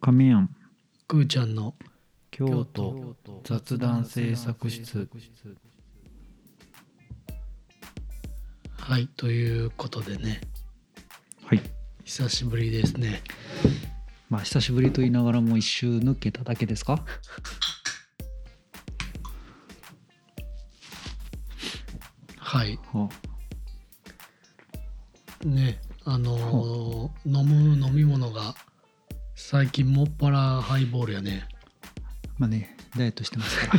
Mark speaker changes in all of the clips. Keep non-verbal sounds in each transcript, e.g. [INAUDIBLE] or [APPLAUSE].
Speaker 1: 亀やん
Speaker 2: くーちゃんの
Speaker 1: 京都雑談制作室
Speaker 2: はいということでね
Speaker 1: はい
Speaker 2: 久しぶりですね
Speaker 1: まあ久しぶりと言いながらも一周抜けただけですか
Speaker 2: はい
Speaker 1: は
Speaker 2: ねあのー飲む飲み物が最近もっぱらハイボールやね
Speaker 1: あまあねダイエットしてます [LAUGHS] から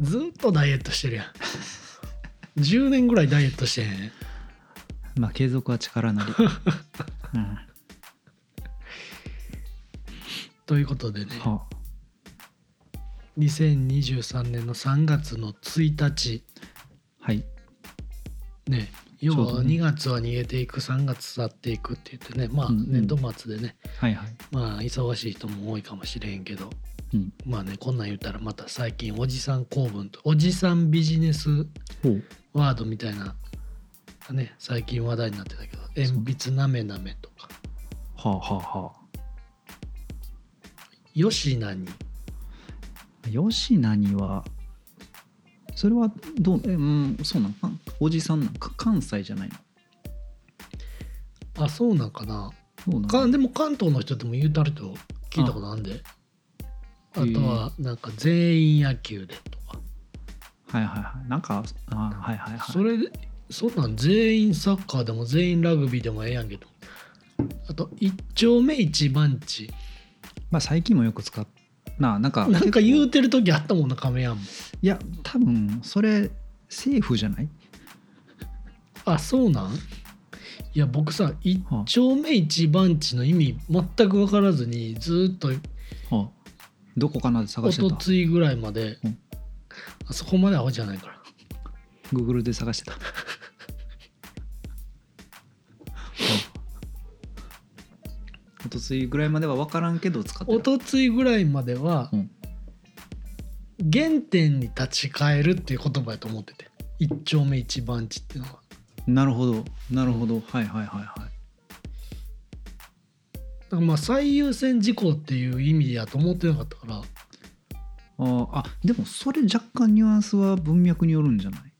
Speaker 2: ずっとダイエットしてるやん
Speaker 1: [LAUGHS]
Speaker 2: 10年ぐらいダイエットしてへん
Speaker 1: まあ継続は力 [LAUGHS] なり、うん、は
Speaker 2: ということでね
Speaker 1: あ
Speaker 2: 2023年の3月の1日
Speaker 1: はい
Speaker 2: ね要
Speaker 1: そう
Speaker 2: は
Speaker 1: だね
Speaker 2: 2月は逃げていく3月去っていくって言ってねまあ
Speaker 1: うんうん
Speaker 2: 年度末でね、
Speaker 1: はいはい
Speaker 2: まあ忙しい人も多いかもしれへんけど
Speaker 1: うん
Speaker 2: まあねこんなん言ったらまた最近おじさん公文とおじさんビジネス
Speaker 1: ほう
Speaker 2: ワードみたいなね最近話題になってたけど鉛筆なめなめとか
Speaker 1: はあはあは
Speaker 2: よしなに
Speaker 1: あ吉名にはそれはどうえうんそうなのかおじさんなんか関西じゃないの
Speaker 2: あそうなんかな
Speaker 1: そうな
Speaker 2: か
Speaker 1: の
Speaker 2: でも関東の人でも言うたると聞いたことあんであ
Speaker 1: へえ
Speaker 2: とはなんか全員野球でとか
Speaker 1: はいはいはいなんかあはいはいはい
Speaker 2: それでそんなん全員サッカーでも全員ラグビーでもええやんけどあと一丁目一番地
Speaker 1: まあ最近もよく使っなあなんか
Speaker 2: なんか言
Speaker 1: う
Speaker 2: うてる時あったもんな亀やんも
Speaker 1: いや多分それ政府じゃない
Speaker 2: あそうなんいや僕さ一
Speaker 1: は
Speaker 2: 丁目一番地の意味全く分からずにずーっと
Speaker 1: あはあどこかなで探
Speaker 2: お
Speaker 1: して
Speaker 2: と
Speaker 1: た
Speaker 2: ついぐらいまで、
Speaker 1: うん
Speaker 2: あそこまでアホじゃないから
Speaker 1: Google で探してたは [LAUGHS] あおとついぐらいまでは分からんけど使って
Speaker 2: お
Speaker 1: た
Speaker 2: とついぐらいまでは、
Speaker 1: うん
Speaker 2: 原点に立ち返るっていう言葉やと思ってて一丁目一番地っていうのは
Speaker 1: なるほどなるほど、はいはいはいはい
Speaker 2: だからまあ最優先事項っていう意味やと思ってなかったから
Speaker 1: あーあでもそれ若干ニュアンスは文脈によるんじゃない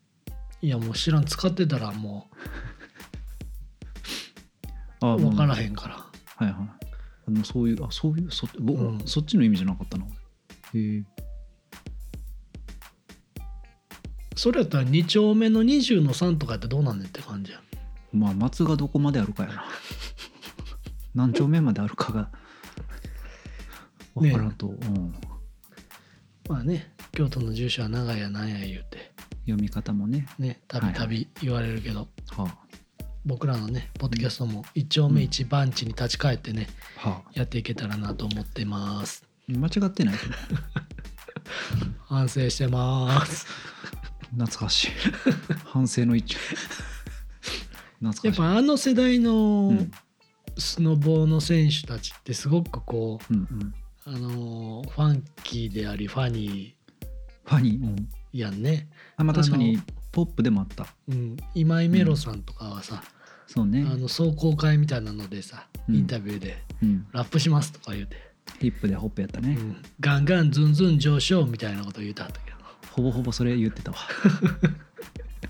Speaker 2: いやもう知らん使ってたらも
Speaker 1: あ
Speaker 2: う
Speaker 1: ー
Speaker 2: 分
Speaker 1: ま
Speaker 2: からへんから
Speaker 1: あはいはいあでもそういうあそういうそ,ぼ、
Speaker 2: うん
Speaker 1: そっちの意味じゃなかったな俺へえ
Speaker 2: それやったら2丁目の20の3とかやったらどうなんねんって感じや
Speaker 1: まあ松がどこまであるかや
Speaker 2: [LAUGHS]
Speaker 1: な何丁目まであるかが
Speaker 2: ね
Speaker 1: 分からんと、うん、
Speaker 2: まあね京都の住所は長いやなんや言うて
Speaker 1: 読み方もね、
Speaker 2: ねたびたび言われるけど、
Speaker 1: は
Speaker 2: 僕らのねポッドキャストも一丁目一番地に立ち返ってね、
Speaker 1: あ、は
Speaker 2: やっていけたらなと思ってます
Speaker 1: あ、間違ってないけど
Speaker 2: 反省してます
Speaker 1: 懐か
Speaker 2: [LAUGHS]
Speaker 1: しい反省の一応懐かしい
Speaker 2: やっぱあの世代
Speaker 1: う
Speaker 2: の
Speaker 1: ん
Speaker 2: スノボーの選手たちってすごくこう
Speaker 1: うんうん、
Speaker 2: あのーファンキーでありファニ
Speaker 1: ファニー、うん、
Speaker 2: ーやんね、
Speaker 1: あまあ確か
Speaker 2: あ
Speaker 1: にポップでもあった
Speaker 2: うん、今井メロさんとかはさ、
Speaker 1: そうね
Speaker 2: あの壮行会みたいなのでさ
Speaker 1: うん
Speaker 2: インタビューで
Speaker 1: うん
Speaker 2: 「ラップします」とか言うて、
Speaker 1: ヒップでホップやったね、
Speaker 2: うんガンガンズンズン上昇みたいなこと言うてはったけど
Speaker 1: ほぼほぼそれ言ってた
Speaker 2: [LAUGHS]
Speaker 1: わ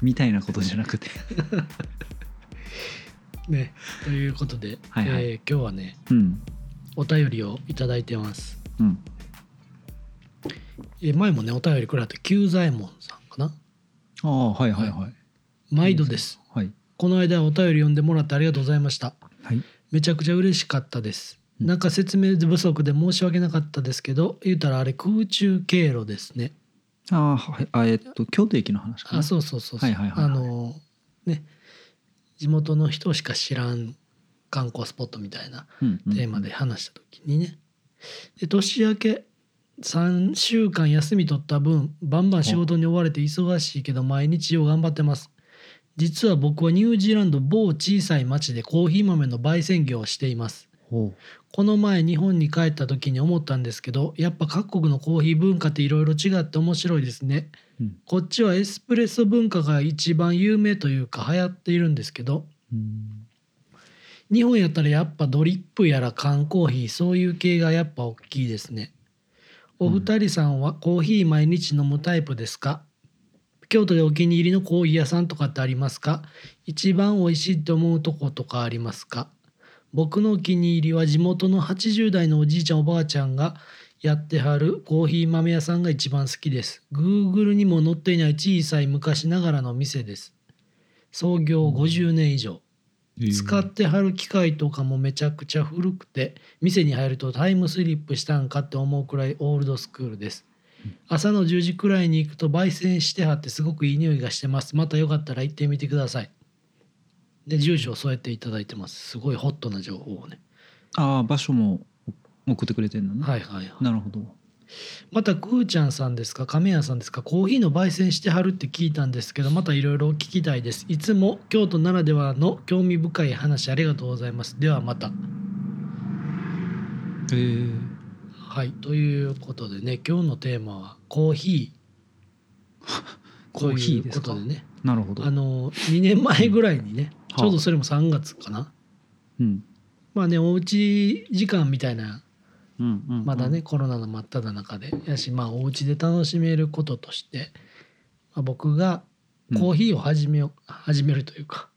Speaker 1: みたいなことじゃなくて
Speaker 2: ねということで、
Speaker 1: はいはい
Speaker 2: えー今日はね
Speaker 1: うん
Speaker 2: お便りをいただいてます。
Speaker 1: うん
Speaker 2: えー前もねお便りくらった久左衛門さんかな。
Speaker 1: ああはいはいはい
Speaker 2: 毎度です。
Speaker 1: はい
Speaker 2: この間お便り読んでもらってありがとうございました。
Speaker 1: はい
Speaker 2: めちゃくちゃ嬉しかったで
Speaker 1: う
Speaker 2: す。
Speaker 1: ん
Speaker 2: なんか説明不足で申し訳なかったですけど、言うたらあれ空中経路ですね。
Speaker 1: ああはいあえっと京都駅の話かな
Speaker 2: あ、そうそうそうそう。
Speaker 1: はいはいはいはい
Speaker 2: あのーね地元の人しか知らん観光スポットみたいな
Speaker 1: うんうん
Speaker 2: テーマで話した時にね、で年明け3週間休み取った分バンバン仕事に追われて忙しいけど毎日よう頑張ってます実は僕はニュージーランド某小さい町でコーヒー豆の焙煎業をしています
Speaker 1: ほ
Speaker 2: この前日本に帰った時に思ったんですけどやっぱ各国のコーヒー文化っていろいろ違って面白いですね
Speaker 1: ううん
Speaker 2: こっちはエスプレッソ文化が一番有名というか流行っているんですけど
Speaker 1: うん
Speaker 2: 日本やったらやっぱドリップやら缶コーヒーそういう系がやっぱ大きいですねお二人さんはコーヒー毎日飲むタイプですか、京都でお気に入りのコーヒー屋さんとかってありますか一番美味しいと思うとことかありますか僕のお気に入りは地元の80代のおじいちゃんおばあちゃんがやってはるコーヒー豆屋さんが一番好きです。Google にも載っていない小さい昔ながらの店です。創業50年以上。使ってはる機械とかもめちゃくちゃ古くて店に入るとタイムスリップしたんかって思うくらいオールドスクールです朝の10時くらいに行くと焙煎してはってすごくいい匂いがしてますまたよかったら行ってみてくださいで住所を添えていただいてますすごいホットな情報をね
Speaker 1: ああ場所も送ってくれてるのね、
Speaker 2: はいはいはい
Speaker 1: なるほど
Speaker 2: またくーちゃんさんですか亀屋さんですかコーヒーの焙煎してはるって聞いたんですけどまたいろいろ聞きたいですいつも京都ならではの興味深い話ありがとうございますではまた
Speaker 1: へえ
Speaker 2: はい、ということでね今日のテーマはコーヒー
Speaker 1: コーヒー
Speaker 2: と
Speaker 1: で
Speaker 2: いうこ
Speaker 1: すか
Speaker 2: とでね
Speaker 1: なるほど
Speaker 2: あの2年前ぐらいにね
Speaker 1: はあ
Speaker 2: ちょうどそれも3月かな
Speaker 1: うん
Speaker 2: まあねおうち時間みたいな
Speaker 1: うんうんうん
Speaker 2: まだねコロナの真っ只中でやしまあお家で楽しめることとして、まあ、僕がコー
Speaker 1: ヒ
Speaker 2: ヒーを始めよう始めるというか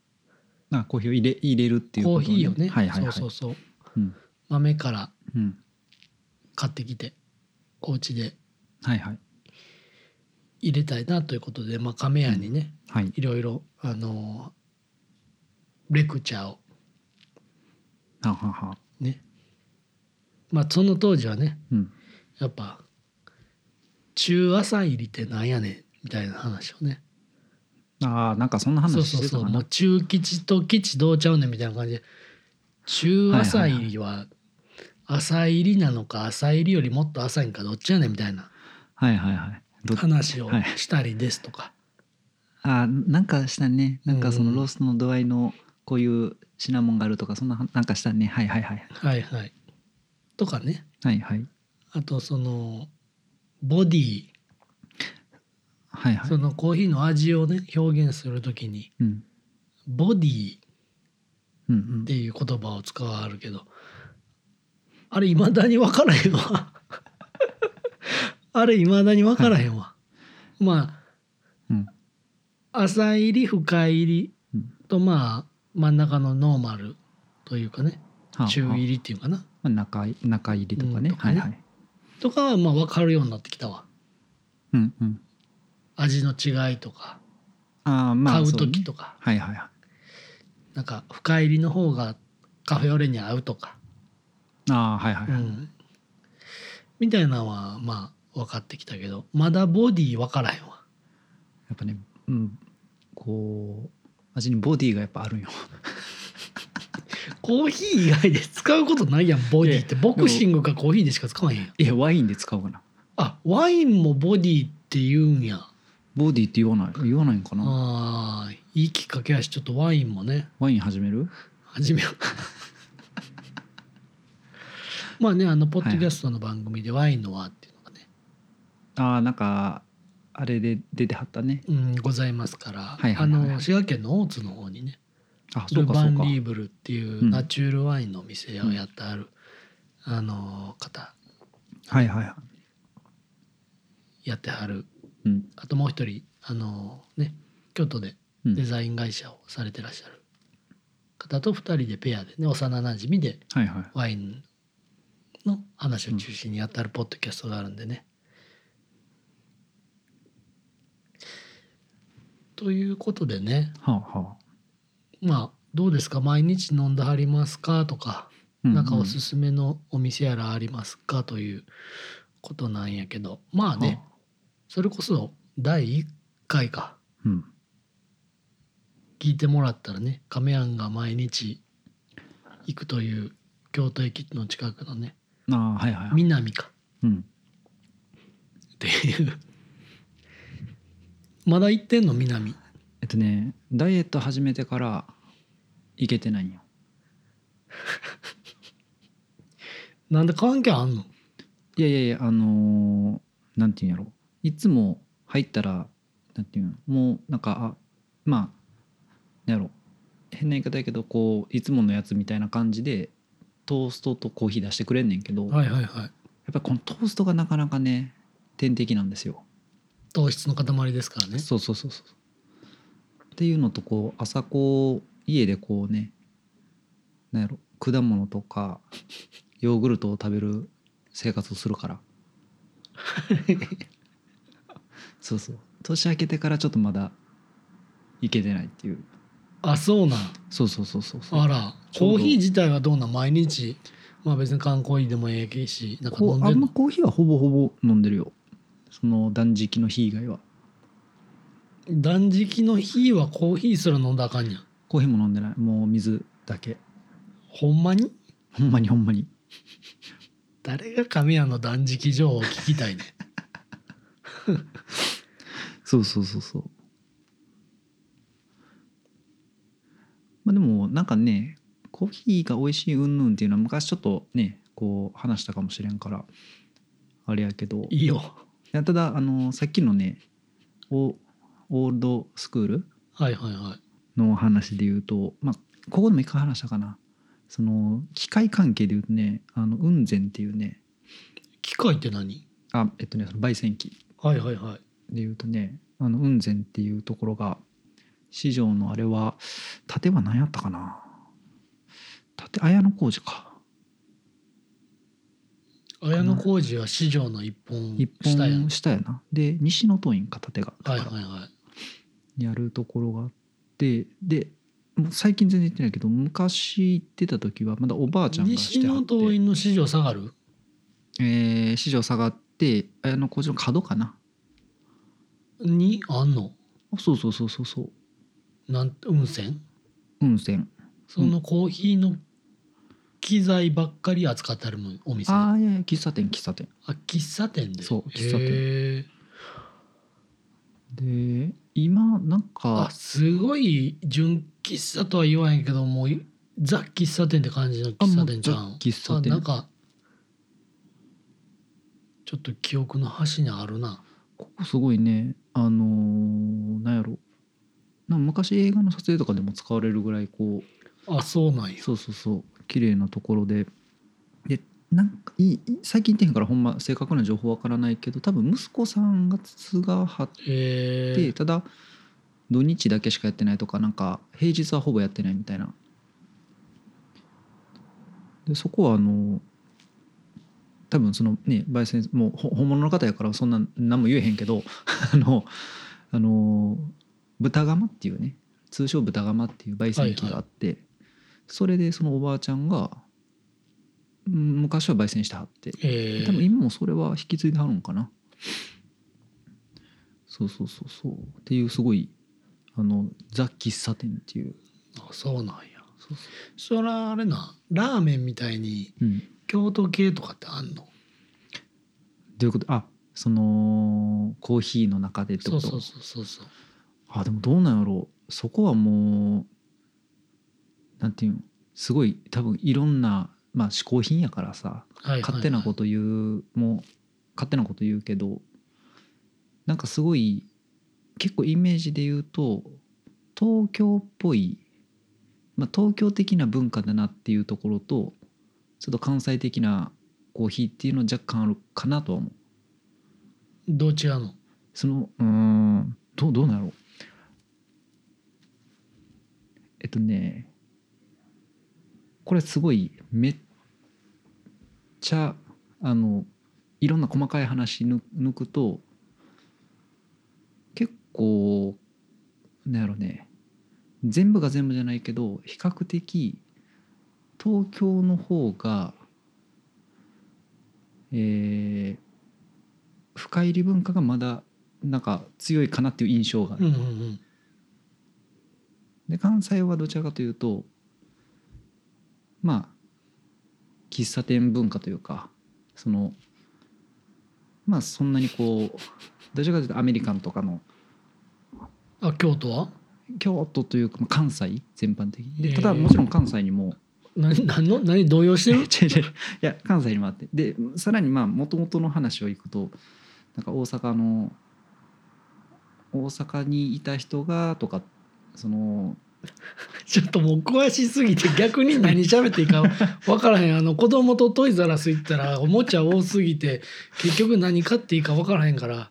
Speaker 1: ー、あコーヒーを入れ入れるっていう
Speaker 2: コー
Speaker 1: こと
Speaker 2: ヒーをね
Speaker 1: はいはいはい
Speaker 2: そうそうそう
Speaker 1: うん
Speaker 2: 豆から
Speaker 1: うん
Speaker 2: 買ってきてお家で
Speaker 1: はいはい
Speaker 2: 入れたいなということで、まあ、亀屋にね、
Speaker 1: はい
Speaker 2: いろいろあのレクチャーを
Speaker 1: ははは
Speaker 2: ねまあその当時はね
Speaker 1: うん
Speaker 2: やっぱ中朝入りってなんやねんみたいな話をね
Speaker 1: ああなんかそんな
Speaker 2: そう
Speaker 1: 話し
Speaker 2: そう
Speaker 1: てた
Speaker 2: そう
Speaker 1: か
Speaker 2: もう
Speaker 1: な
Speaker 2: 中吉と吉どうちゃうねんみたいな感じで中朝入りは朝入りなのか朝入りよりもっと浅いんかどっちやねんみたいな
Speaker 1: はいはいはいど
Speaker 2: 話を
Speaker 1: はい
Speaker 2: したりですとか、
Speaker 1: あーなんかしたねなんかその
Speaker 2: うん
Speaker 1: ローストの度合いのこういうシナモンがあるとかそんななんかしたねはいはいはい
Speaker 2: はい、はいとかね
Speaker 1: はいはい
Speaker 2: あとそのボディ
Speaker 1: はいはい
Speaker 2: そのコーヒーの味をね表現するときに
Speaker 1: うん
Speaker 2: ボディっ
Speaker 1: うんうん
Speaker 2: ていう言葉を使わはるけどあれいまだに分からへんわ [LAUGHS] あれいまだに分からへんわ、ま
Speaker 1: うん
Speaker 2: あ浅入り深入り
Speaker 1: うん
Speaker 2: とまあ真ん中のノーマルというかね
Speaker 1: はあ
Speaker 2: 中入
Speaker 1: は
Speaker 2: りっていうかな
Speaker 1: あ中い中入りとかね
Speaker 2: うんとか
Speaker 1: は
Speaker 2: ね
Speaker 1: いはい
Speaker 2: とかはまあ分かるようになってきたわ
Speaker 1: うんうん
Speaker 2: 味の違いとか
Speaker 1: ああまあ
Speaker 2: 買う
Speaker 1: そうね
Speaker 2: 時とか、
Speaker 1: はいはいはい
Speaker 2: なんか深入りの方がカフェオレに合うとか
Speaker 1: ああはいはいはい
Speaker 2: みたいなのはまあ分かってきたけどまだボディ分からへんわ
Speaker 1: やっぱね、うん、こう味にボディがやっぱあ
Speaker 2: [LAUGHS]
Speaker 1: るんよ。
Speaker 2: コーヒー以外で使うことないやんボディってボクシングかコーヒーでしか使わへんやん
Speaker 1: いやワインで使うかな。
Speaker 2: あワインもボディって言うんや
Speaker 1: ボディって言わない言わないんかな。
Speaker 2: あーいいきっかけやしちょっとワインもね
Speaker 1: ワイン始める？
Speaker 2: 始めよう [LAUGHS] まあねあのポッドキャストの番組でワインの輪っていうのがね、
Speaker 1: ああなんかあれで出てはったね。
Speaker 2: うん、ございますから、
Speaker 1: いはいはいはい
Speaker 2: あの滋賀県の大津の方にね
Speaker 1: あそ
Speaker 2: ル
Speaker 1: うかそ
Speaker 2: バ
Speaker 1: う
Speaker 2: ン
Speaker 1: か。
Speaker 2: リーブルっていう
Speaker 1: うん
Speaker 2: ナチュールワインのお店をやってある、あの方
Speaker 1: はいはいはい。
Speaker 2: やってはる
Speaker 1: うん
Speaker 2: あともう一人あのね京都で
Speaker 1: うん
Speaker 2: デ。ザイン会社をされてらっしゃる方と二人でペアでね幼なじみで
Speaker 1: はいはい。
Speaker 2: ワインの話を中心にやってあるポッドキャストがあるんでね。ということでね
Speaker 1: はあはあ。
Speaker 2: まあどうですか毎日飲んではりますかとか
Speaker 1: う
Speaker 2: なんかおすすめのお店やらありますかということなんやけどまあ
Speaker 1: め
Speaker 2: ね、それこそ第1回か
Speaker 1: うん。
Speaker 2: 聞いてもらったらね亀やんが毎日行くという京都駅の近くのね
Speaker 1: ああはいはい。
Speaker 2: 南か
Speaker 1: うん。
Speaker 2: っていう [LAUGHS] まだ行ってんの南
Speaker 1: えっとねダイエット始めてからいけてないんよ。
Speaker 2: なんで関係あんの
Speaker 1: いやいやいやあのーなんていうんやろいつも入ったらなんていうんもうなんかあまあなんやろ変な言い方やけどこういつものやつみたいな感じでトーストとコーヒー出してくれんねんけど、やっ
Speaker 2: はいはいはい
Speaker 1: ぱりこのトーストがなかなかね天敵なんですよ。
Speaker 2: 糖質の塊ですからね
Speaker 1: そうそうそうそう。っていうのとこう朝こう家でこうねなんやろ果物とかヨーグルトを食べる生活をするから [LAUGHS] そうそう年明けてからちょっとまだいけてないっていう
Speaker 2: あそうなん
Speaker 1: そうそうそうそうそう
Speaker 2: あら
Speaker 1: ちょう
Speaker 2: コ
Speaker 1: ど
Speaker 2: ーヒー自体はどうなん毎日まあ別に缶コーヒーでもええしなんか
Speaker 1: こ
Speaker 2: 飲ん
Speaker 1: うあ
Speaker 2: で
Speaker 1: ん
Speaker 2: ん
Speaker 1: ま
Speaker 2: の
Speaker 1: コーヒーはほぼほぼ飲んでるよその断食の日以外は
Speaker 2: 断食の日はコーヒーすら飲んだらあかんやん
Speaker 1: コーヒーも飲んでないもう水だけ
Speaker 2: ほんまに
Speaker 1: ほんまにほんまに
Speaker 2: 誰が亀屋の断食情報を聞きたいね
Speaker 1: そうそうそうそう。まあでもなんかねコーヒーが美味しいうんぬんっていうのは昔ちょっとねこう話したかもしれんからあれやけど
Speaker 2: い
Speaker 1: [LAUGHS] い
Speaker 2: いよ
Speaker 1: やただあのさっきのねオオールドスクール
Speaker 2: はいはいはい
Speaker 1: の話で言うとまあここでも一回話したかなその機械関係で言うとねあの雲仙っていうね
Speaker 2: 機械って何
Speaker 1: あえっとねその焙煎機
Speaker 2: はいはいはい
Speaker 1: で言うとねあの雲仙っていうところが市場のあれは建は何やったかな建綾小路か
Speaker 2: 綾小路は市場の一本
Speaker 1: 一
Speaker 2: 下やん
Speaker 1: 本下やなで西の桐蔭か建が
Speaker 2: はいはいは
Speaker 1: やるところがあってでもう最近全然行ってないけど昔行ってた時はまだおばあち
Speaker 2: い
Speaker 1: ゃんがし
Speaker 2: 西
Speaker 1: てはっ
Speaker 2: の桐
Speaker 1: て、
Speaker 2: 蔭の市場下がる
Speaker 1: えー、市場下がって綾小路の角かな
Speaker 2: にあんの
Speaker 1: あそうそうそうそうそう
Speaker 2: なん運線
Speaker 1: 雲仙
Speaker 2: そのコーヒーの機材ばっかり扱ってあるもんお店
Speaker 1: ああいやいや喫茶店喫茶店
Speaker 2: あ喫茶店で
Speaker 1: そう喫茶店
Speaker 2: へー
Speaker 1: で今なんか
Speaker 2: あすごい純喫茶とは言わへんけどもうザ喫茶店って感じの喫茶店じゃ
Speaker 1: あも
Speaker 2: ん
Speaker 1: うザ喫茶店
Speaker 2: あなんかちょっと記憶の端にあるな
Speaker 1: ここすごいねあのーなんやろなんか昔映画の撮影とかでも使われるぐらいこう
Speaker 2: あそうなんや
Speaker 1: そうそうそう綺麗なところででなんかいいいい最近行ってへんからほんま正確な情報わからないけど多分息子さんが継がはっ
Speaker 2: へ
Speaker 1: て
Speaker 2: え
Speaker 1: ただ土日だけしかやってないとかなんか平日はほぼやってないみたいなでそこはあの多分そのね焙煎もうほ本物の方やからそんな何も言えへんけど [LAUGHS] あのあの豚釜っていうね通称豚釜っていう焙煎機があって、それでそのおばあちゃんがうん昔は焙煎してはって
Speaker 2: へ
Speaker 1: 多分
Speaker 2: え
Speaker 1: 今もそれは引き継いではるんかなそうそうそうそうっていうすごいあのザ喫茶店っていう
Speaker 2: あそうなんや
Speaker 1: そうそ
Speaker 2: そらあれなラーメンみたいに
Speaker 1: う、うん、
Speaker 2: 京都系とかってあんの
Speaker 1: どういうことあそのコーヒーの中でって
Speaker 2: そ
Speaker 1: こ
Speaker 2: う
Speaker 1: と
Speaker 2: そうそうそうそう
Speaker 1: あでもどうなんやろうそこはもうなんていうのすごい多分いろんなまあ嗜好品やからさ
Speaker 2: はいはいはい
Speaker 1: 勝手なこと言う、もう勝手なこと言うけどなんかすごい結構イメージで言うと東京っぽい、まあ、東京的な文化だなっていうところとちょっと関西的なコーヒーっていうのは若干あるかなとは思う
Speaker 2: どう違うの
Speaker 1: そのうーんどうどうなのえっとねこれすごいめっちゃあのいろんな細かい話抜抜くと結構なんやろね全部が全部じゃないけど比較的東京の方がえー深入り文化がまだなんか強いかなっていう印象がある
Speaker 2: うんうんうん
Speaker 1: で関西はどちらかというとまあ喫茶店文化というかそのまあそんなにこうどちらかというとアメリカンとかの
Speaker 2: あ京都は
Speaker 1: 京都というか、まあ、関西全般的にでた
Speaker 2: へ
Speaker 1: だ
Speaker 2: え
Speaker 1: もちろん関西にも
Speaker 2: 何何の何動揺してる
Speaker 1: [LAUGHS] 違う違ういや関西にもあってでさらにまあもともとの話をいくとなんか大阪の大阪にいた人がとかその
Speaker 2: ちょっともう詳しすぎて逆に何喋っていいか分からへんあの子供とトイザらス行ったらおもちゃ多すぎて結局何買っていいか分からへんから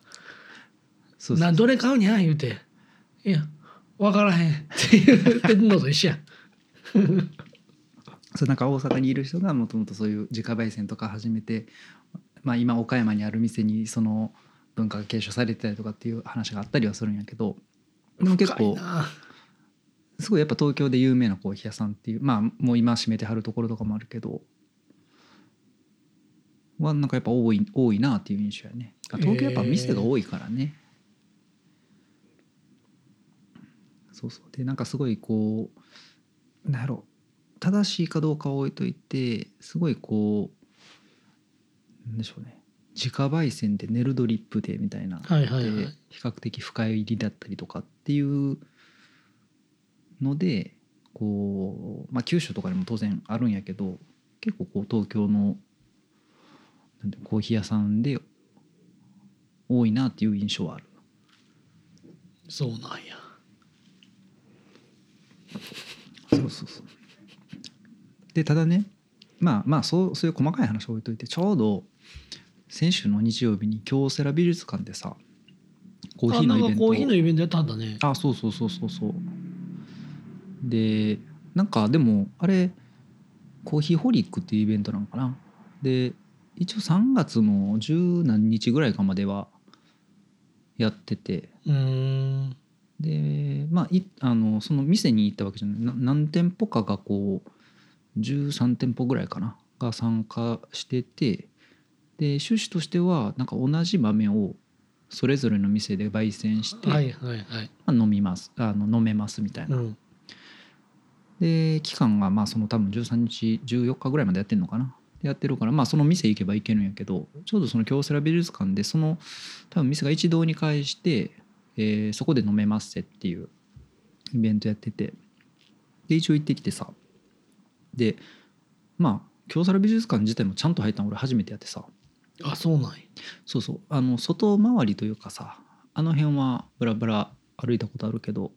Speaker 2: 「
Speaker 1: そうそう
Speaker 2: などれ買うにゃん」言うて「いや分からへん」って言ってんのと一緒やん
Speaker 1: そうなんか大阪にいる人がもともとそういう自家焙煎とか始めて、まあ、今岡山にある店にその文化が継承されてたりとかっていう話があったりはするんやけどでも結
Speaker 2: 深
Speaker 1: 構
Speaker 2: いな
Speaker 1: すごいやっぱ東京で有名なコーヒー屋さんっていうまあもう今閉めてはるところとかもあるけどはなんかやっぱ多い多いなっていう印象やねあ東京やっぱ店が多いからね、そうそうでなんかすごいこうなんやろう正しいかどうかは置いといてすごいこうなんでしょうね自家焙煎でネルドリップでみたいな
Speaker 2: はいはいはい
Speaker 1: で比較的深入りだったりとかっていうのでこう、まあ、九州とかにも当然あるんやけど結構こう東京のなんていうのコーヒー屋さんで多いなっていう印象はある。
Speaker 2: そうなんや
Speaker 1: そうそうそうでただねまあまあそうそういう細かい話は置いといてちょうど先週の日曜日に京セラ美術館でさコーヒーのイ
Speaker 2: あ
Speaker 1: ベン
Speaker 2: なんか
Speaker 1: ト
Speaker 2: コ
Speaker 1: を
Speaker 2: ーヒーのイベントやったんだね
Speaker 1: あそうそうそうそうそうでなんかでもあれコーヒーホリックっていうイベントなのかなで一応3月の十何日ぐらいかまではやってて
Speaker 2: うーん
Speaker 1: でまあいあのその店に行ったわけじゃないな何店舗かがこう13店舗ぐらいかなが参加しててで趣旨としてはなんか同じ豆をそれぞれの店で焙煎して、
Speaker 2: はいはいはい
Speaker 1: まあ飲みますあの飲めますみたいな、
Speaker 2: うん
Speaker 1: で期間がまあその多分13日14日ぐらいまでやってるのかなでやってるからまあその店行けば行けるんやけどちょうどその京セラ美術館でその多分店が一堂に会して、えーそこで飲めますせっていうイベントやっててで一応行ってきてさでまあ京セラ美術館自体もちゃんと入ったの俺初めてやってさ
Speaker 2: あそうなんや
Speaker 1: そうそうあの外回りというかさあの辺はブラブラ歩いたことあるけど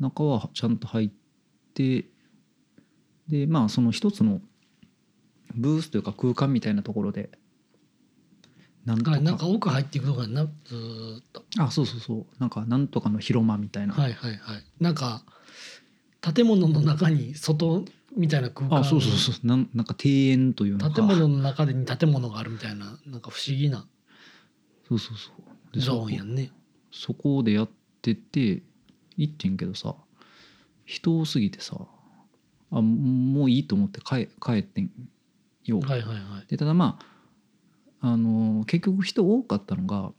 Speaker 1: 中はちゃんと入ってでまあその一つのブースというか空間みたいなところでなんと
Speaker 2: はいなんか
Speaker 1: か
Speaker 2: 奥入っていくとかなずーっと
Speaker 1: あそうそうそうなんかなんとかの広間みたいな、
Speaker 2: はいはいはいなんか建物の中に外みたいな空間
Speaker 1: あそうそうそうなんなんか庭園というのか
Speaker 2: 建物の中でに建物があるみたいななんか不思議な
Speaker 1: そうそうそうで
Speaker 2: ゾーンやんね
Speaker 1: そこでやってて行ってんけどさ人多すぎてさあもういいと思って帰帰ってんよ、
Speaker 2: はいはいはい
Speaker 1: でただまああの結局人多かったのが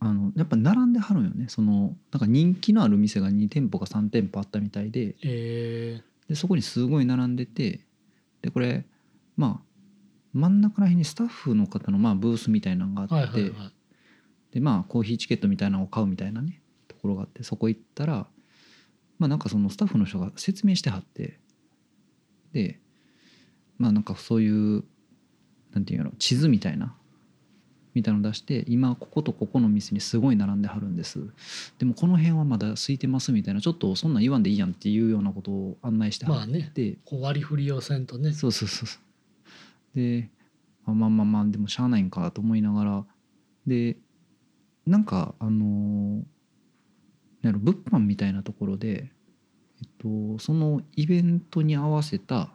Speaker 1: あのやっぱ並んではるんよねそのなんか人気のある店が2店舗か3店舗あったみたいで
Speaker 2: え
Speaker 1: でそこにすごい並んでてでこれまあ真ん中らへんにスタッフの方のまあブースみたいなのがあっ
Speaker 2: ー、
Speaker 1: て、
Speaker 2: はいはいはい
Speaker 1: でまあコーヒーチケットみたいなのを買うみたいなねところがあってそこ行ったらまあなんかそのスタッフの人が説明してはってでまあなんかそういうなんていうんやろ地図みたいなみたいなの出して今こことここの店にすごい並んではるんですでもこの辺はまだ空いてますみたいなちょっとそんなん言わんでいいやんっていうようなことを案内しては
Speaker 2: まあ
Speaker 1: って、
Speaker 2: ねこう割り振りをせんとね
Speaker 1: そうそうそうそうであまあまあまあでもしゃあないんかと思いながらでなんかあのーなんやろ物販みたいなところで、えっと、そのイベントに合わせた、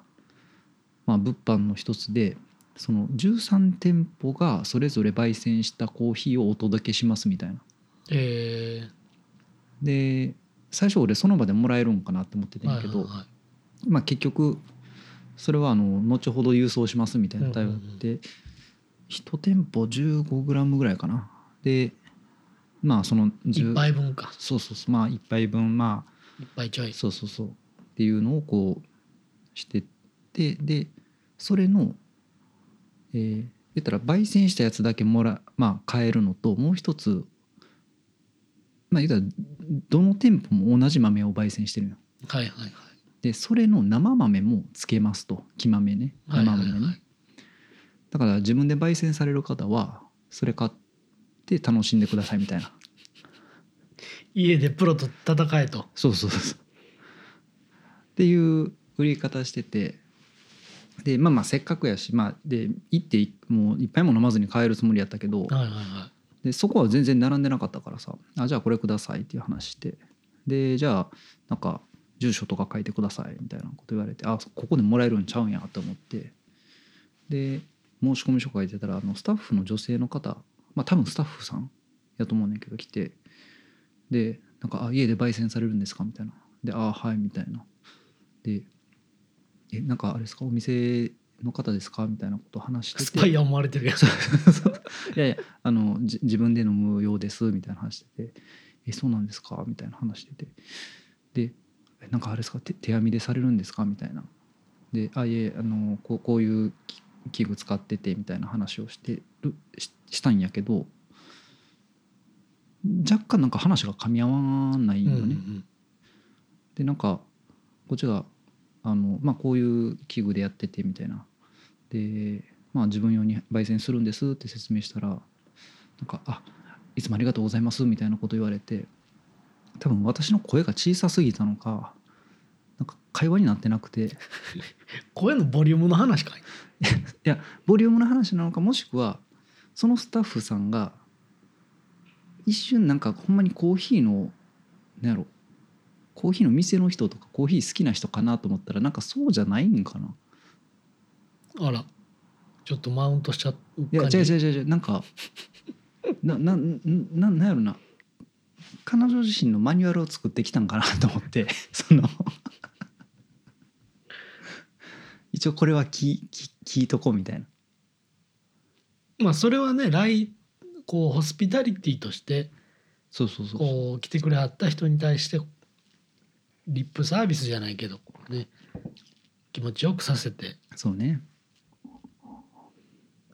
Speaker 1: まあ、物販の一つでその13店舗がそれぞれ焙煎したコーヒーをお届けしますみたいな。
Speaker 2: え
Speaker 1: で最初俺その場でもらえるんかなって思って
Speaker 2: ー、
Speaker 1: たん
Speaker 2: はい
Speaker 1: や
Speaker 2: はい
Speaker 1: けど、
Speaker 2: は
Speaker 1: まあ、結局それはあの後ほど郵送しますみたいな対応で、
Speaker 2: うんうんうん
Speaker 1: 1店舗 15g ぐらいかなでまあその
Speaker 2: い一
Speaker 1: 10
Speaker 2: 杯分か
Speaker 1: そうそうそうまあ1杯分まあ
Speaker 2: 一杯ちょい
Speaker 1: そうそうそうっていうのをこうしてってでそれのえー言ったら焙煎したやつだけもらまあ買えるのともう一つまあ言ったらどの店舗も同じ豆を焙煎してるよ
Speaker 2: はいはいはい
Speaker 1: でそれの生豆もつけますと木豆ね
Speaker 2: はい
Speaker 1: 生
Speaker 2: はい
Speaker 1: 豆
Speaker 2: は
Speaker 1: ね、
Speaker 2: い
Speaker 1: だから自分で焙煎される方はそれ買って楽しんでくださいみたいな
Speaker 2: 家でプロと戦えと
Speaker 1: そうそうそうっていう売り方しててでまあまあせっかくやし、まあ、で行ってもういっぱいも飲まずに帰るつもりやったけど
Speaker 2: はいはいは
Speaker 1: でそこは全然並んでなかったからさあじゃあこれくださいっていう話してでじゃあなんか住所とか書いてくださいみたいなこと言われてあここでもらえるんちゃうんやと思ってで申し込み書書いてたらあのスタッフの女性の方まあ多分スタッフさんやと思うねんけど来てでなんかあ「家で焙煎されるんですか?」みたいな「であはい」みたいなで「えなんかあれですかお店の方ですか?」みたいなことを話して
Speaker 2: い
Speaker 1: て
Speaker 2: スパイは思われてるやん
Speaker 1: そう [LAUGHS] いやいやあのじ自分で飲むようですみたいな話してて「えそうなんですか?」みたいな話しててでえ「なんかあれですか手手編みでされるんですか?」みたいなで「あいえあのこうこういうき器具使ってて」みたいな話をしてるししたんやけど若干なんか話が噛み合わないよね。
Speaker 2: うん
Speaker 1: でなんかこっちがあの、まあ、こういう器具でやっててみたいなで、まあ、自分用に焙煎するんですって説明したらなんか「あいつもありがとうございます」みたいなこと言われて多分私の声が小さすぎたのかなんか会話になってなくて
Speaker 2: 声のボリュームの話かい
Speaker 1: いやボリュームの話なのかもしくはそのスタッフさんが一瞬なんかほんまにコーヒーのなんやろコーヒーの店の人とかコーヒー好きな人かなと思ったらなんかそうじゃないんかな
Speaker 2: あらちょっとマウントしちゃう
Speaker 1: いや
Speaker 2: 感
Speaker 1: 違う
Speaker 2: じ
Speaker 1: 違う違う違うなんかななななんやろな彼女自身のマニュアルを作ってきたんかなと思って [LAUGHS] その一応これは聞い聞い聞いとこうみたいな
Speaker 2: まあそれはね来こうホスピタリティとして
Speaker 1: そうそうそうそう
Speaker 2: こう来てくれはった人に対してリップサービスじゃないけどこうね気持ちよくさせて
Speaker 1: そうね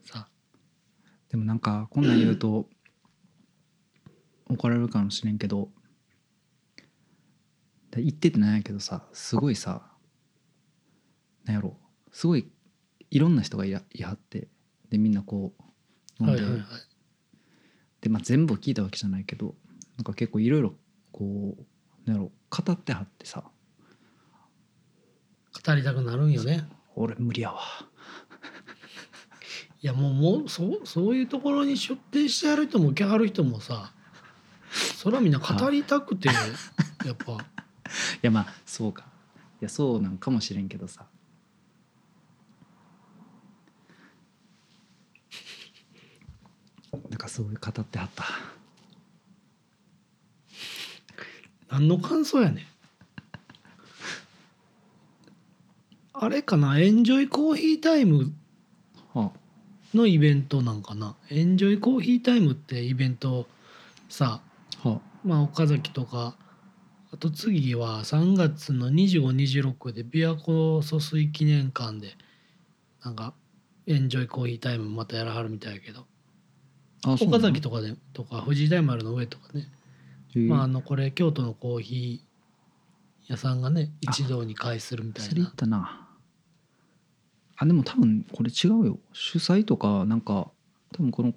Speaker 2: さ
Speaker 1: でもなんかこんなん言うと怒られるかもしれんけどで言っててなんやけどさすごいさなんやろすごいいろんな人がいらいはってでみんなこう飲
Speaker 2: は
Speaker 1: ん
Speaker 2: い
Speaker 1: で,、
Speaker 2: はいはい
Speaker 1: でまあ、全部聞いたわけじゃないけどなんか結構いろいろこうなんやろ語ってはってさ
Speaker 2: 語りたくなるんよね
Speaker 1: 「俺無理やわ
Speaker 2: いやもうもうそうそういうところに出店してある人も受けはる人もさそれはみんな語りた
Speaker 1: [LAUGHS]
Speaker 2: くてやっぱ」
Speaker 1: いやまあそうかいやそうなんかもしれんけどさなんかすごい語ってはった
Speaker 2: 何の感想やねんあれかなエンジョイコーヒータイム
Speaker 1: あ
Speaker 2: のイベントなんかなエンジョイコーヒータイムってイベントさ
Speaker 1: は
Speaker 2: まあ岡崎とかあと次は3月の2526で琵琶湖疎水記念館でなんかエンジョイコーヒータイムまたやらはるみたいやけど
Speaker 1: あそうなの
Speaker 2: 岡崎とかでとか藤井大丸の上とかね、
Speaker 1: へえ
Speaker 2: まああのこれ京都のコーヒー屋さんがね一堂に会するみた
Speaker 1: それ
Speaker 2: い
Speaker 1: 言
Speaker 2: な
Speaker 1: ったなあでも多分これ違うよ主催とかなんか多分この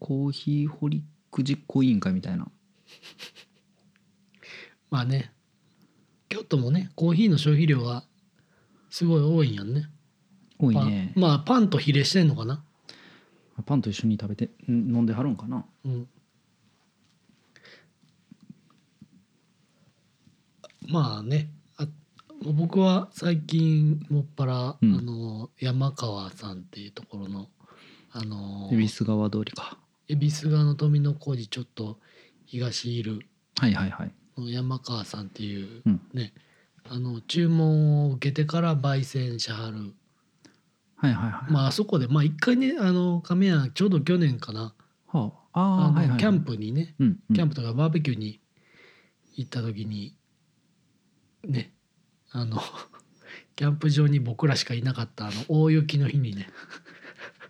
Speaker 1: コーヒーホリック実行委員会みたいな
Speaker 2: まあね京都もねコーヒーの消費量がすごい多いんやんね
Speaker 1: 多いね
Speaker 2: パンまあパンと比例してんのかな
Speaker 1: パンと一緒に食べてん飲んではるんかな
Speaker 2: うんまあねあ僕は最近もっぱら、
Speaker 1: うん
Speaker 2: あの山川さんっていうところのあの
Speaker 1: 恵比寿川通りか
Speaker 2: 恵比寿川の富の小路ちょっと東いる
Speaker 1: はいはいはい
Speaker 2: の山川さんっていう
Speaker 1: うん
Speaker 2: ね、あの注文を受けてから焙煎しはる
Speaker 1: はいはいはい。
Speaker 2: まああそこでまあ一回ねあの亀屋ちょうど去年かな
Speaker 1: はあ、
Speaker 2: あ
Speaker 1: ああ
Speaker 2: の、
Speaker 1: はいはい、
Speaker 2: キャン、プにね
Speaker 1: うんうん、
Speaker 2: キャンプとかバーベキューに行った時にねあの [LAUGHS] キャンプ場に僕らしかいなかったあの大雪の日にね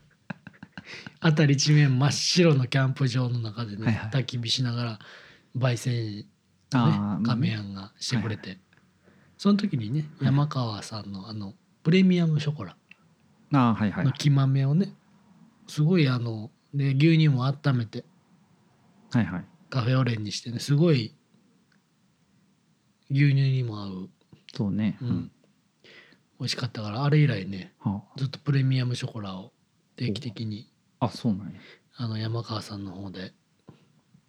Speaker 2: [LAUGHS] 辺り一面真っ白のキャンプ場の中でね、
Speaker 1: はいはい
Speaker 2: 焚き火しながら焙煎
Speaker 1: あ
Speaker 2: ね
Speaker 1: あ、
Speaker 2: 亀
Speaker 1: うん
Speaker 2: やんがしてくれて、その時にね山川さんのあのプレミアムショコラ
Speaker 1: ああはいはい
Speaker 2: の木豆をねすごいあので牛乳も温めて
Speaker 1: はいはい。
Speaker 2: カフェオレにしてねすごい牛乳にも合う、
Speaker 1: そうね、
Speaker 2: うん美味しかったからあれ以来ね
Speaker 1: は
Speaker 2: ずっとプレミアムショコラを定期的に
Speaker 1: ああそうなんや
Speaker 2: あの山川さんの方で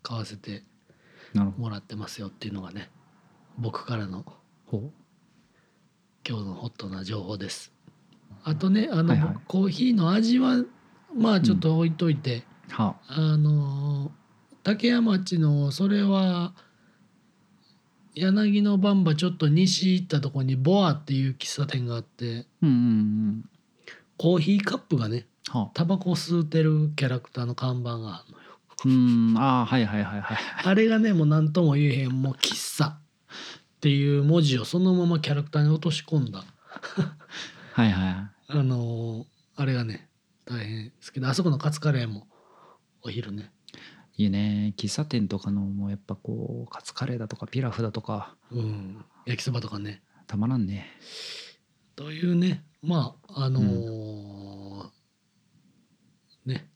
Speaker 2: 買わせて
Speaker 1: なるほど
Speaker 2: もらってますよっていうのがね僕からの
Speaker 1: ほ
Speaker 2: 今日のホットな情報ですあとねあの、
Speaker 1: はいはい
Speaker 2: 僕コーヒーの味はまあちょっと置いといて、
Speaker 1: うは
Speaker 2: あの竹谷町のそれは柳の番場ちょっと西行ったとこにボアっていう喫茶店があって
Speaker 1: うんうん
Speaker 2: コーヒーカップがね
Speaker 1: うんは
Speaker 2: タバコ吸うてるキャラクターの看板があるのよ
Speaker 1: うんああはいはいはいはい
Speaker 2: あれがねもう何とも言えへんもう喫茶っていう文字をそのままキャラクターに落とし込んだ
Speaker 1: はいは
Speaker 2: あのーあれがね大変ですけどあそこのカツカレーもお昼ね
Speaker 1: いいいね喫茶店とかのもうやっぱこうカツカレーだとかピラフだとか
Speaker 2: うん焼きそばとかね
Speaker 1: たまらんね
Speaker 2: というねまああのーね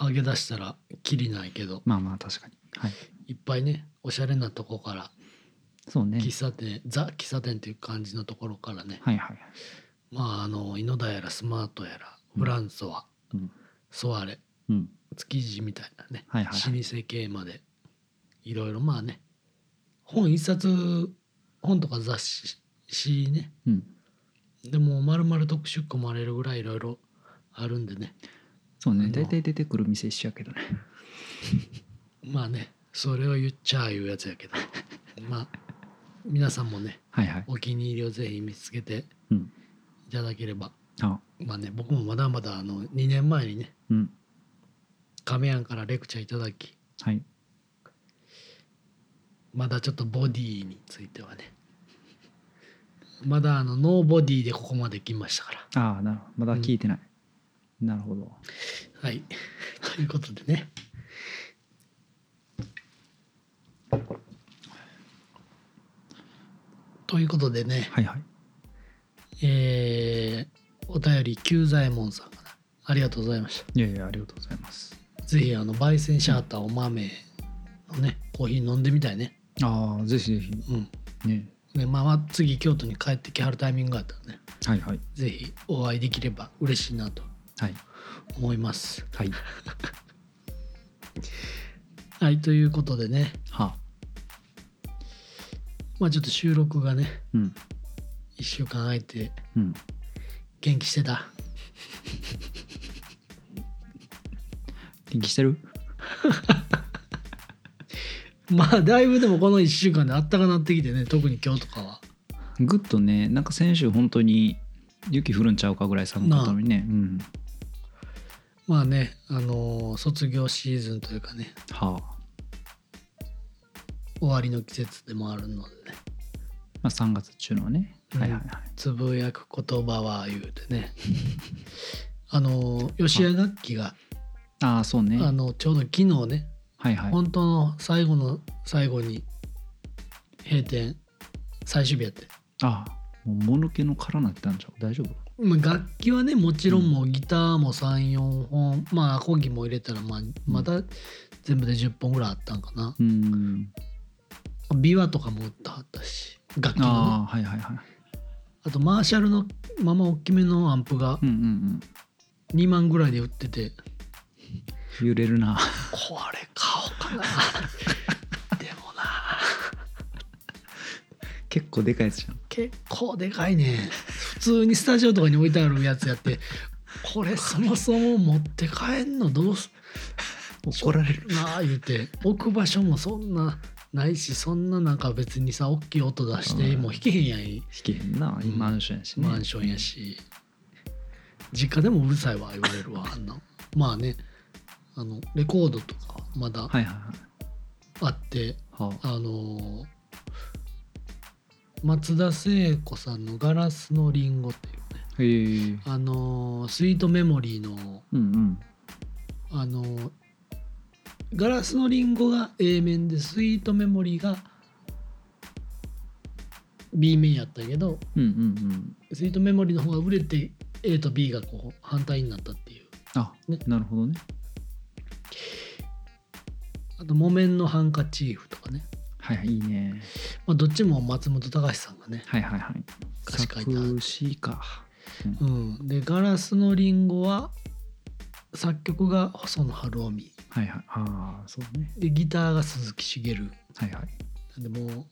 Speaker 2: 揚げ出したらきりないけど
Speaker 1: まあまあ確かにはい
Speaker 2: いっぱいねおしゃれなとこから
Speaker 1: そうね
Speaker 2: 喫茶店ザ喫茶店っていう感じのところからね
Speaker 1: はいはい
Speaker 2: まああの井の田やらスマートやらフランソワ、
Speaker 1: うん
Speaker 2: ソアレ
Speaker 1: うん
Speaker 2: 築地みたいなね、
Speaker 1: はいはいはい
Speaker 2: 老舗系までいろいろまあね本一冊本とか雑誌誌ね
Speaker 1: うん
Speaker 2: でもまるまる特集組まれるぐらいいろいろあるんでね
Speaker 1: そう
Speaker 2: あ
Speaker 1: ね
Speaker 2: の
Speaker 1: 大体出てくる店一緒やけどね
Speaker 2: まあねそれを言っちゃあいうやつやけどまあ皆さんもね
Speaker 1: はいはい
Speaker 2: お気に入りをぜひ見つけて
Speaker 1: うん
Speaker 2: いただければ、
Speaker 1: あ
Speaker 2: まあね僕もまだまだあの2年前にね
Speaker 1: うん
Speaker 2: 亀庵からレクチャーいただき
Speaker 1: はい
Speaker 2: まだちょっとボディについてはねまだあのノーボディでここまで来ましたから
Speaker 1: ああなるほどまだ聞いてない、なるほど
Speaker 2: はいということでねということでね
Speaker 1: はいはい
Speaker 2: えーお便り久左衛門さんからありがとうございました
Speaker 1: いやいやありがとうございます
Speaker 2: ぜひあの焙煎シャーターお豆のねコーヒー飲んでみたいね
Speaker 1: ああぜひぜひ
Speaker 2: うん
Speaker 1: ね
Speaker 2: ねまあまあ次京都に帰ってきはるタイミングがあったらね
Speaker 1: はいはい
Speaker 2: ぜひお会いできれば嬉しいなと
Speaker 1: はい
Speaker 2: 思います。
Speaker 1: はい
Speaker 2: はいということでね、
Speaker 1: はあ
Speaker 2: まあ、ちょっと収録がね
Speaker 1: うん
Speaker 2: 1週間空いて
Speaker 1: うん
Speaker 2: 元気してた
Speaker 1: 元気してる
Speaker 2: まあだいぶでもこの1週間であったかなってきてね特に今日とかは
Speaker 1: ぐっとねなんか先週本当に雪降るんちゃうかぐらい寒かったのにねうん
Speaker 2: まあねあのー卒業シーズンというかね
Speaker 1: はあ
Speaker 2: 終わりの季節でもあるのでね
Speaker 1: まあ、3月っていうのはね、
Speaker 2: うん
Speaker 1: はいはいはい
Speaker 2: つぶやく言葉は言うてね [LAUGHS] あのー吉谷楽器が
Speaker 1: ああそうね
Speaker 2: あのちょうど昨日ね
Speaker 1: はいはい
Speaker 2: 本当の最後の最後に閉店最終日やって
Speaker 1: ああもうもぬけの殻なってたんちゃう大丈夫
Speaker 2: まあ楽器はねもちろんもうギターも34本まあアコギも入れたらまあまた全部で10本ぐらいあったんかな
Speaker 1: うーん
Speaker 2: 琵琶とかも打ってはったし楽器のねあ
Speaker 1: ああはいはいはい
Speaker 2: とマーシャルのまま大きめのアンプが
Speaker 1: うんうんうん
Speaker 2: 2万ぐらいで売ってて、
Speaker 1: 揺れるな [LAUGHS]
Speaker 2: これ買おう [LAUGHS] かなでもな
Speaker 1: 結構でかいやつじゃん
Speaker 2: 結構でかいね普通にスタジオとかに置いてあるやつやってこれそもそも持って帰んのどうす
Speaker 1: 怒られる
Speaker 2: なあ言うて置く場所もそんなないしそんななんか別にさ大きい音出して
Speaker 1: うん
Speaker 2: もう弾けへんやん
Speaker 1: 弾けへんな、
Speaker 2: うん
Speaker 1: マンションやしね
Speaker 2: マンションやし実家でもうるさいわ言われるわあんなまあねあのレコードとかまだ
Speaker 1: はいはいはい
Speaker 2: あって、
Speaker 1: はあ
Speaker 2: あのー松田聖子さんの「ガラスのリンゴ」っていう
Speaker 1: へ
Speaker 2: ね
Speaker 1: え
Speaker 2: あのースイートメモリーの
Speaker 1: うんうん
Speaker 2: あのガラスのリンゴが A 面でスイートメモリーが B 面やったけど
Speaker 1: うんうんうん
Speaker 2: スイートメモリーの方が売れて A と B がこう反対になったっていう
Speaker 1: あ、
Speaker 2: ね
Speaker 1: なるほどね
Speaker 2: あと木綿のハンカチーフとかね
Speaker 1: はいはいいいね
Speaker 2: まあ、どっちも松本隆さんがね
Speaker 1: はいはいはい
Speaker 2: 歌詞書いた
Speaker 1: 作詞か
Speaker 2: うん、で「ガラスのリンゴは作曲が細野晴臣
Speaker 1: はいはいああそうね
Speaker 2: でギターが鈴木茂なん
Speaker 1: はいはい
Speaker 2: でもう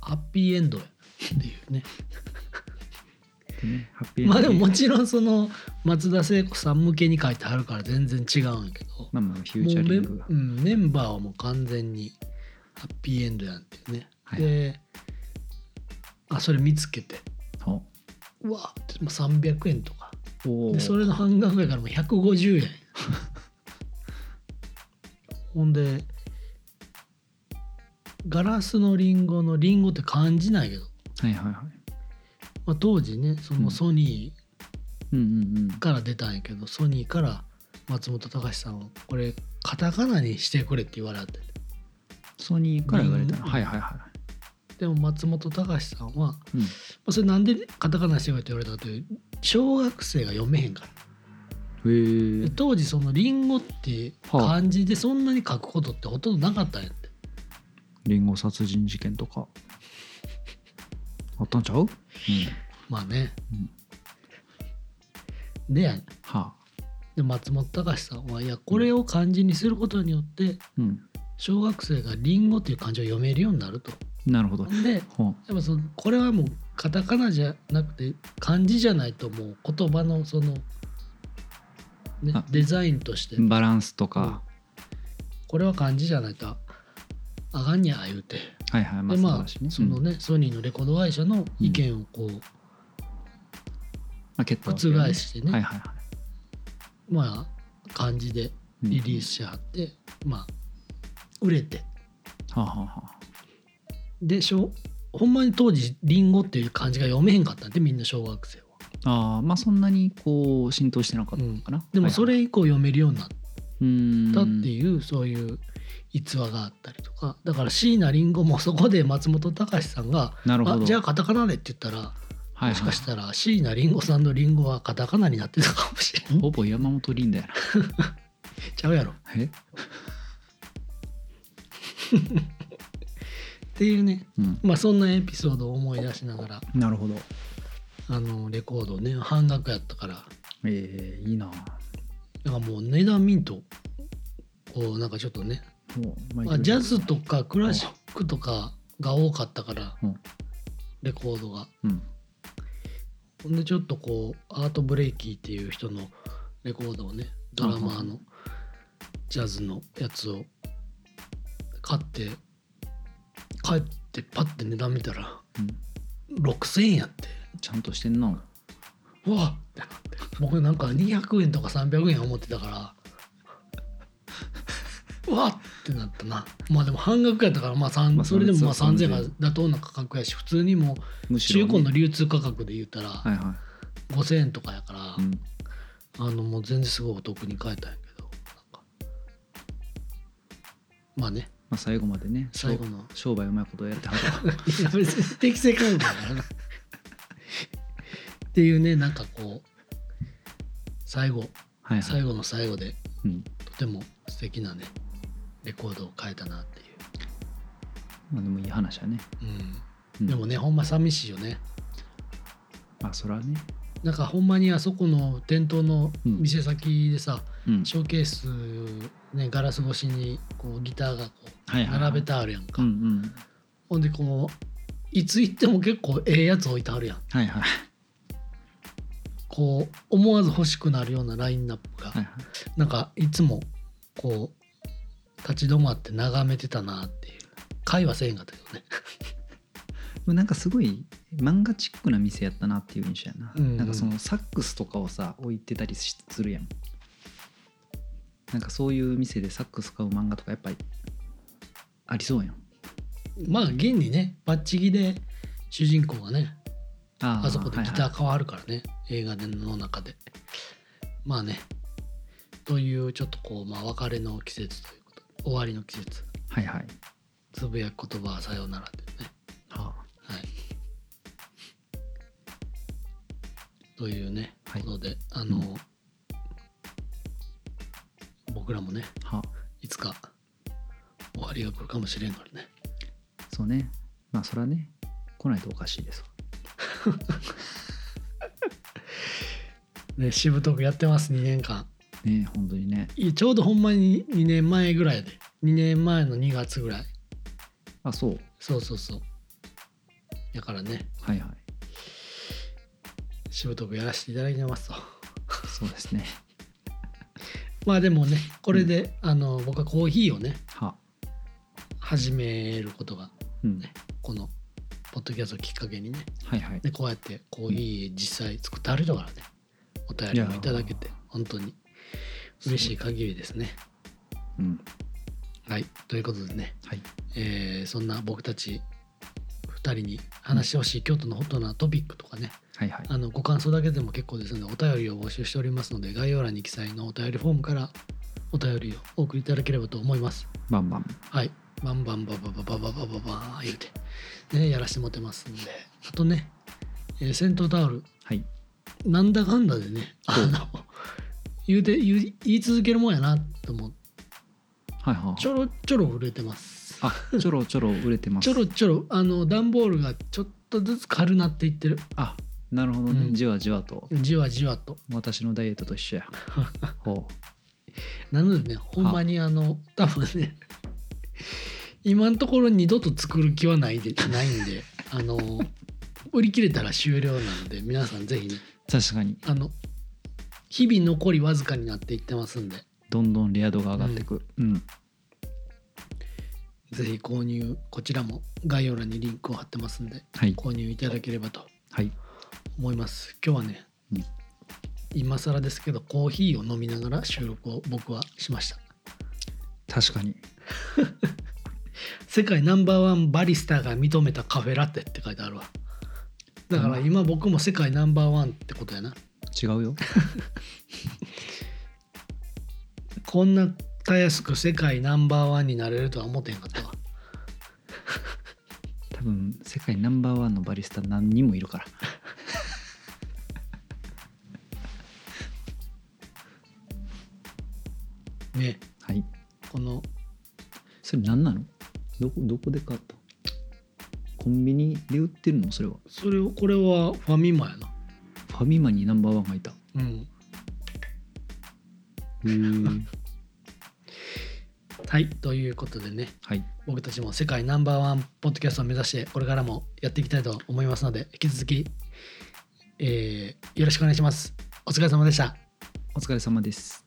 Speaker 2: ハッピーエンドやっていうね
Speaker 1: でねハッピーエンド
Speaker 2: まあでもも
Speaker 1: で
Speaker 2: ちろんその松田聖子さん向けに書いてあるから全然違うんやけど
Speaker 1: まあまあフュー
Speaker 2: も
Speaker 1: チャ
Speaker 2: うメ
Speaker 1: リン
Speaker 2: ン
Speaker 1: グが
Speaker 2: うん、メンバーはもう完全にハッピーエンドやんっていうね、
Speaker 1: はい
Speaker 2: であそれ見つけて
Speaker 1: お
Speaker 2: うわってもう300円とか
Speaker 1: おー
Speaker 2: でそれの半額やからもう150円
Speaker 1: [LAUGHS]
Speaker 2: ほんでガラスのリンゴのリンゴって感じないけど、
Speaker 1: はいはいはい
Speaker 2: まあ、当時ねそうの
Speaker 1: ん
Speaker 2: ソニ
Speaker 1: うんうんうん
Speaker 2: ーから出たんやけど、ソニーから松本隆さんをこれカタカナにしてくれって言われて
Speaker 1: ソニーから言われた
Speaker 2: うん
Speaker 1: のはいはいは
Speaker 2: でも松本隆さんは、ま
Speaker 1: いうん
Speaker 2: あ、それなんでカタカナにしてくれって言われたかという小学生が読めへんから
Speaker 1: へ
Speaker 2: で
Speaker 1: え
Speaker 2: 当時そのリンゴって
Speaker 1: はあ
Speaker 2: 漢字でそんなに書くことってほとんどなかったんやって。
Speaker 1: リンゴ殺人事件とかあったんちゃう、うん、
Speaker 2: まあね。で
Speaker 1: はあ
Speaker 2: で松本隆さんはいやこれを漢字にすることによって
Speaker 1: うん
Speaker 2: 小学生が「リンゴ」という漢字を読めるようになると。
Speaker 1: なるほど
Speaker 2: ほんで
Speaker 1: ほう
Speaker 2: やっぱそのこれはもうカタカナじゃなくて漢字じゃないともう言葉のその、ね
Speaker 1: あ、
Speaker 2: デザインとして
Speaker 1: バランスとか、
Speaker 2: これは漢字じゃないとあがんにゃあ言うて。
Speaker 1: はいはいま
Speaker 2: で
Speaker 1: あ
Speaker 2: まあ
Speaker 1: 素晴らし
Speaker 2: そ
Speaker 1: いね、う
Speaker 2: の
Speaker 1: んま
Speaker 2: ね、ソニーのレコード会社の意見をこう、
Speaker 1: あ、結果は
Speaker 2: 覆してね
Speaker 1: はいはいは
Speaker 2: まあ漢字で
Speaker 1: い
Speaker 2: リリー
Speaker 1: ス、
Speaker 2: スしはって、まあ売れて
Speaker 1: はあ、はあはあ、
Speaker 2: でしょほんまに当時「リンゴ」っていう漢字が読めへんかったんでみんな小学生は
Speaker 1: ああまあそんなにこう浸透してなかったのかな、
Speaker 2: でもそれ以降読めるようになっ
Speaker 1: はいはい、
Speaker 2: たって
Speaker 1: う
Speaker 2: いう、そういう逸話があったりとかだから椎名林檎もそこで松本隆さんが
Speaker 1: ーんな
Speaker 2: 「
Speaker 1: るほ
Speaker 2: あ
Speaker 1: ど
Speaker 2: じゃあカタカナで」って言ったら、
Speaker 1: はいはい、
Speaker 2: もしかしたら椎名林檎さんの「リンゴ」はカタカナになってたかもしれん
Speaker 1: ほぼ山本リンだよな
Speaker 2: ちゃうやろっ
Speaker 1: え
Speaker 2: ていうね
Speaker 1: うん
Speaker 2: まあそんなエピソードを思い出しながら
Speaker 1: なるほど
Speaker 2: あのレコードね半額やったから
Speaker 1: えー、いいな
Speaker 2: なんかもう値段見んとこうなんかちょっとね、
Speaker 1: もうマイ
Speaker 2: ま
Speaker 1: ケ
Speaker 2: あ、
Speaker 1: ル
Speaker 2: ジャズとかクラシックとかが多かったから、
Speaker 1: うん
Speaker 2: レコードが
Speaker 1: うん
Speaker 2: ほんでちょっとこうアート・ブレイキーっていう人のレコードをねドラマーのジャズのやつを買って帰ってパッて値段見たら
Speaker 1: うん
Speaker 2: 6,000円やって
Speaker 1: ちゃんとしてんな
Speaker 2: うわっってなって僕なんか200円とか300円思ってたからうわっってなったなまあでも半額やったからまあ、さん
Speaker 1: まあ
Speaker 2: それでもまあ
Speaker 1: そうそう
Speaker 2: 3000円が妥当な価格やし普通にもう
Speaker 1: むしろ
Speaker 2: 中
Speaker 1: ね、
Speaker 2: 古の流通価格で言ったら
Speaker 1: はいは
Speaker 2: 5000円とかやから
Speaker 1: い、うん、
Speaker 2: あのもう全然すごいお得に買えたんやけどなんかまあね
Speaker 1: まあ最後までね
Speaker 2: 最後の
Speaker 1: 商売うまいことやってはるわ
Speaker 2: [LAUGHS] いや別に適正価格だ
Speaker 1: [LAUGHS]
Speaker 2: からなっていうねなんかこう最後
Speaker 1: はいはい
Speaker 2: 最後の最後で
Speaker 1: うん
Speaker 2: とても素敵なねレコードを変えたなってい
Speaker 1: まあでもいい話やね、
Speaker 2: う、
Speaker 1: うん、
Speaker 2: でもねほんま寂しいよね
Speaker 1: まあそらね
Speaker 2: なんかほんまにあそこの店頭の
Speaker 1: うん
Speaker 2: 店先でさ、
Speaker 1: うん
Speaker 2: ショーケース、ね、ガラス越しにこうギターがこ
Speaker 1: は
Speaker 2: う
Speaker 1: いはいはい
Speaker 2: 並べてあるやんか、
Speaker 1: うんうん
Speaker 2: ほんでこういつ行っても結構ええやつ置いてあるやん
Speaker 1: はいはい
Speaker 2: こう思わず欲しくなるようなラインナップが、
Speaker 1: はいはい
Speaker 2: なんかいつもこう立ち止まって眺めてたなっていう会話せえへんかったけど
Speaker 1: で
Speaker 2: ね
Speaker 1: もなんかすごい漫画チックな店やったなっていう印象やな、
Speaker 2: うんうん
Speaker 1: なんかそのサックスとかをさ置いてたりしするやんなんかそういう店でサックス買う漫画とかやっぱりありそうやん
Speaker 2: まあ現にねバッチギで主人公がね
Speaker 1: あー
Speaker 2: あそこでギ
Speaker 1: は
Speaker 2: タ
Speaker 1: い
Speaker 2: ー変わるからね、映画での中でまあねというちょっとこう、まあ、別れの季節ということで終わりの季節
Speaker 1: はいはいはい
Speaker 2: つぶやく言葉はさようならというね
Speaker 1: はあ
Speaker 2: はいというね、
Speaker 1: はい
Speaker 2: ことであの、
Speaker 1: うん
Speaker 2: 僕らもね
Speaker 1: はい
Speaker 2: つか終わりが来るかもしれんからね
Speaker 1: そうねまあそれはね来ないとおかしいですわ
Speaker 2: ねしぶとくやってます2年間
Speaker 1: ね本当にね
Speaker 2: いやちょうどほんまに2年前ぐらいやで2年前の2月ぐらい
Speaker 1: あそう
Speaker 2: そうそうそうだからね
Speaker 1: はいはい
Speaker 2: しぶとくやらせていただいてますと [LAUGHS]
Speaker 1: そうですね
Speaker 2: まあでもねこれで、あの僕はコーヒーをね
Speaker 1: は
Speaker 2: 始めることが
Speaker 1: うん
Speaker 2: このポッドキャストをきっかけにね
Speaker 1: はいはい
Speaker 2: でこうやってコーヒー実際作ってある人からねお便りもいただけて
Speaker 1: いや
Speaker 2: 本当に嬉しい限りですね
Speaker 1: うん
Speaker 2: はいということでね、
Speaker 1: はい
Speaker 2: えーそんな僕たち2人に話してほしい京都のホットなトピックとかね
Speaker 1: はいはい
Speaker 2: あのご感想だけでも結構ですのでお便りを募集しておりますので概要欄に記載のお便りフォームからお便りをお送りいただければと思います
Speaker 1: バンバン
Speaker 2: はいバンバンババババババババン言うてねやらしてもってますんであとね、えー、戦闘タオル
Speaker 1: はい
Speaker 2: なんだかんだでねあ
Speaker 1: そう
Speaker 2: の言うて言う言い続けるもんやなと思って
Speaker 1: はいはい
Speaker 2: ちょろちょろ売れてます
Speaker 1: あちょろちょろ売れてます
Speaker 2: ちょろちょろあの段ボールがちょっとずつ軽なっていってる
Speaker 1: あなるほどね、
Speaker 2: うん
Speaker 1: じわじわと
Speaker 2: じわじわと
Speaker 1: 私のダイエットと一緒
Speaker 2: [LAUGHS]
Speaker 1: やほう
Speaker 2: なのでねほんまにあの多分ね今のところ二度と作る気はないでないん
Speaker 1: [LAUGHS]
Speaker 2: であの売り切れたら終了なので皆さんぜひね
Speaker 1: 確かに
Speaker 2: あの日々残りわずかになっていってますんで
Speaker 1: どんどんレア度が上がっていくうん、
Speaker 2: ぜひ購入こちらも概要欄にリンクを貼ってますんで
Speaker 1: はい
Speaker 2: 購入いただければと
Speaker 1: はい
Speaker 2: 思います今日はね、
Speaker 1: うん
Speaker 2: 今更ですけどコーヒーを飲みながら収録を僕はしました
Speaker 1: 確かに
Speaker 2: 世界ナンバーワンバリスタが認めたカフェラテって書いてあるわだから今僕も世界ナンバーワンってことやな
Speaker 1: 違うよ
Speaker 2: こんなたやすく世界ナンバーワンになれるとは思ってへんかったわ
Speaker 1: 多分世界ナンバーワンのバリスタ何人もいるから
Speaker 2: ね
Speaker 1: はい
Speaker 2: この
Speaker 1: それ何なのどこどこで買ったコンビニで売ってるのそれは
Speaker 2: それをこれはファミマやな
Speaker 1: ファミマにナンバーワンがいたへ
Speaker 2: うん
Speaker 1: え
Speaker 2: はいということでね
Speaker 1: [LAUGHS] はい
Speaker 2: 僕たちも世界ナンバーワンポッドキャストを目指してこれからもやっていきたいと思いますので引き続き、えーよろしくお願いしますお疲れ様でした
Speaker 1: お疲れ様です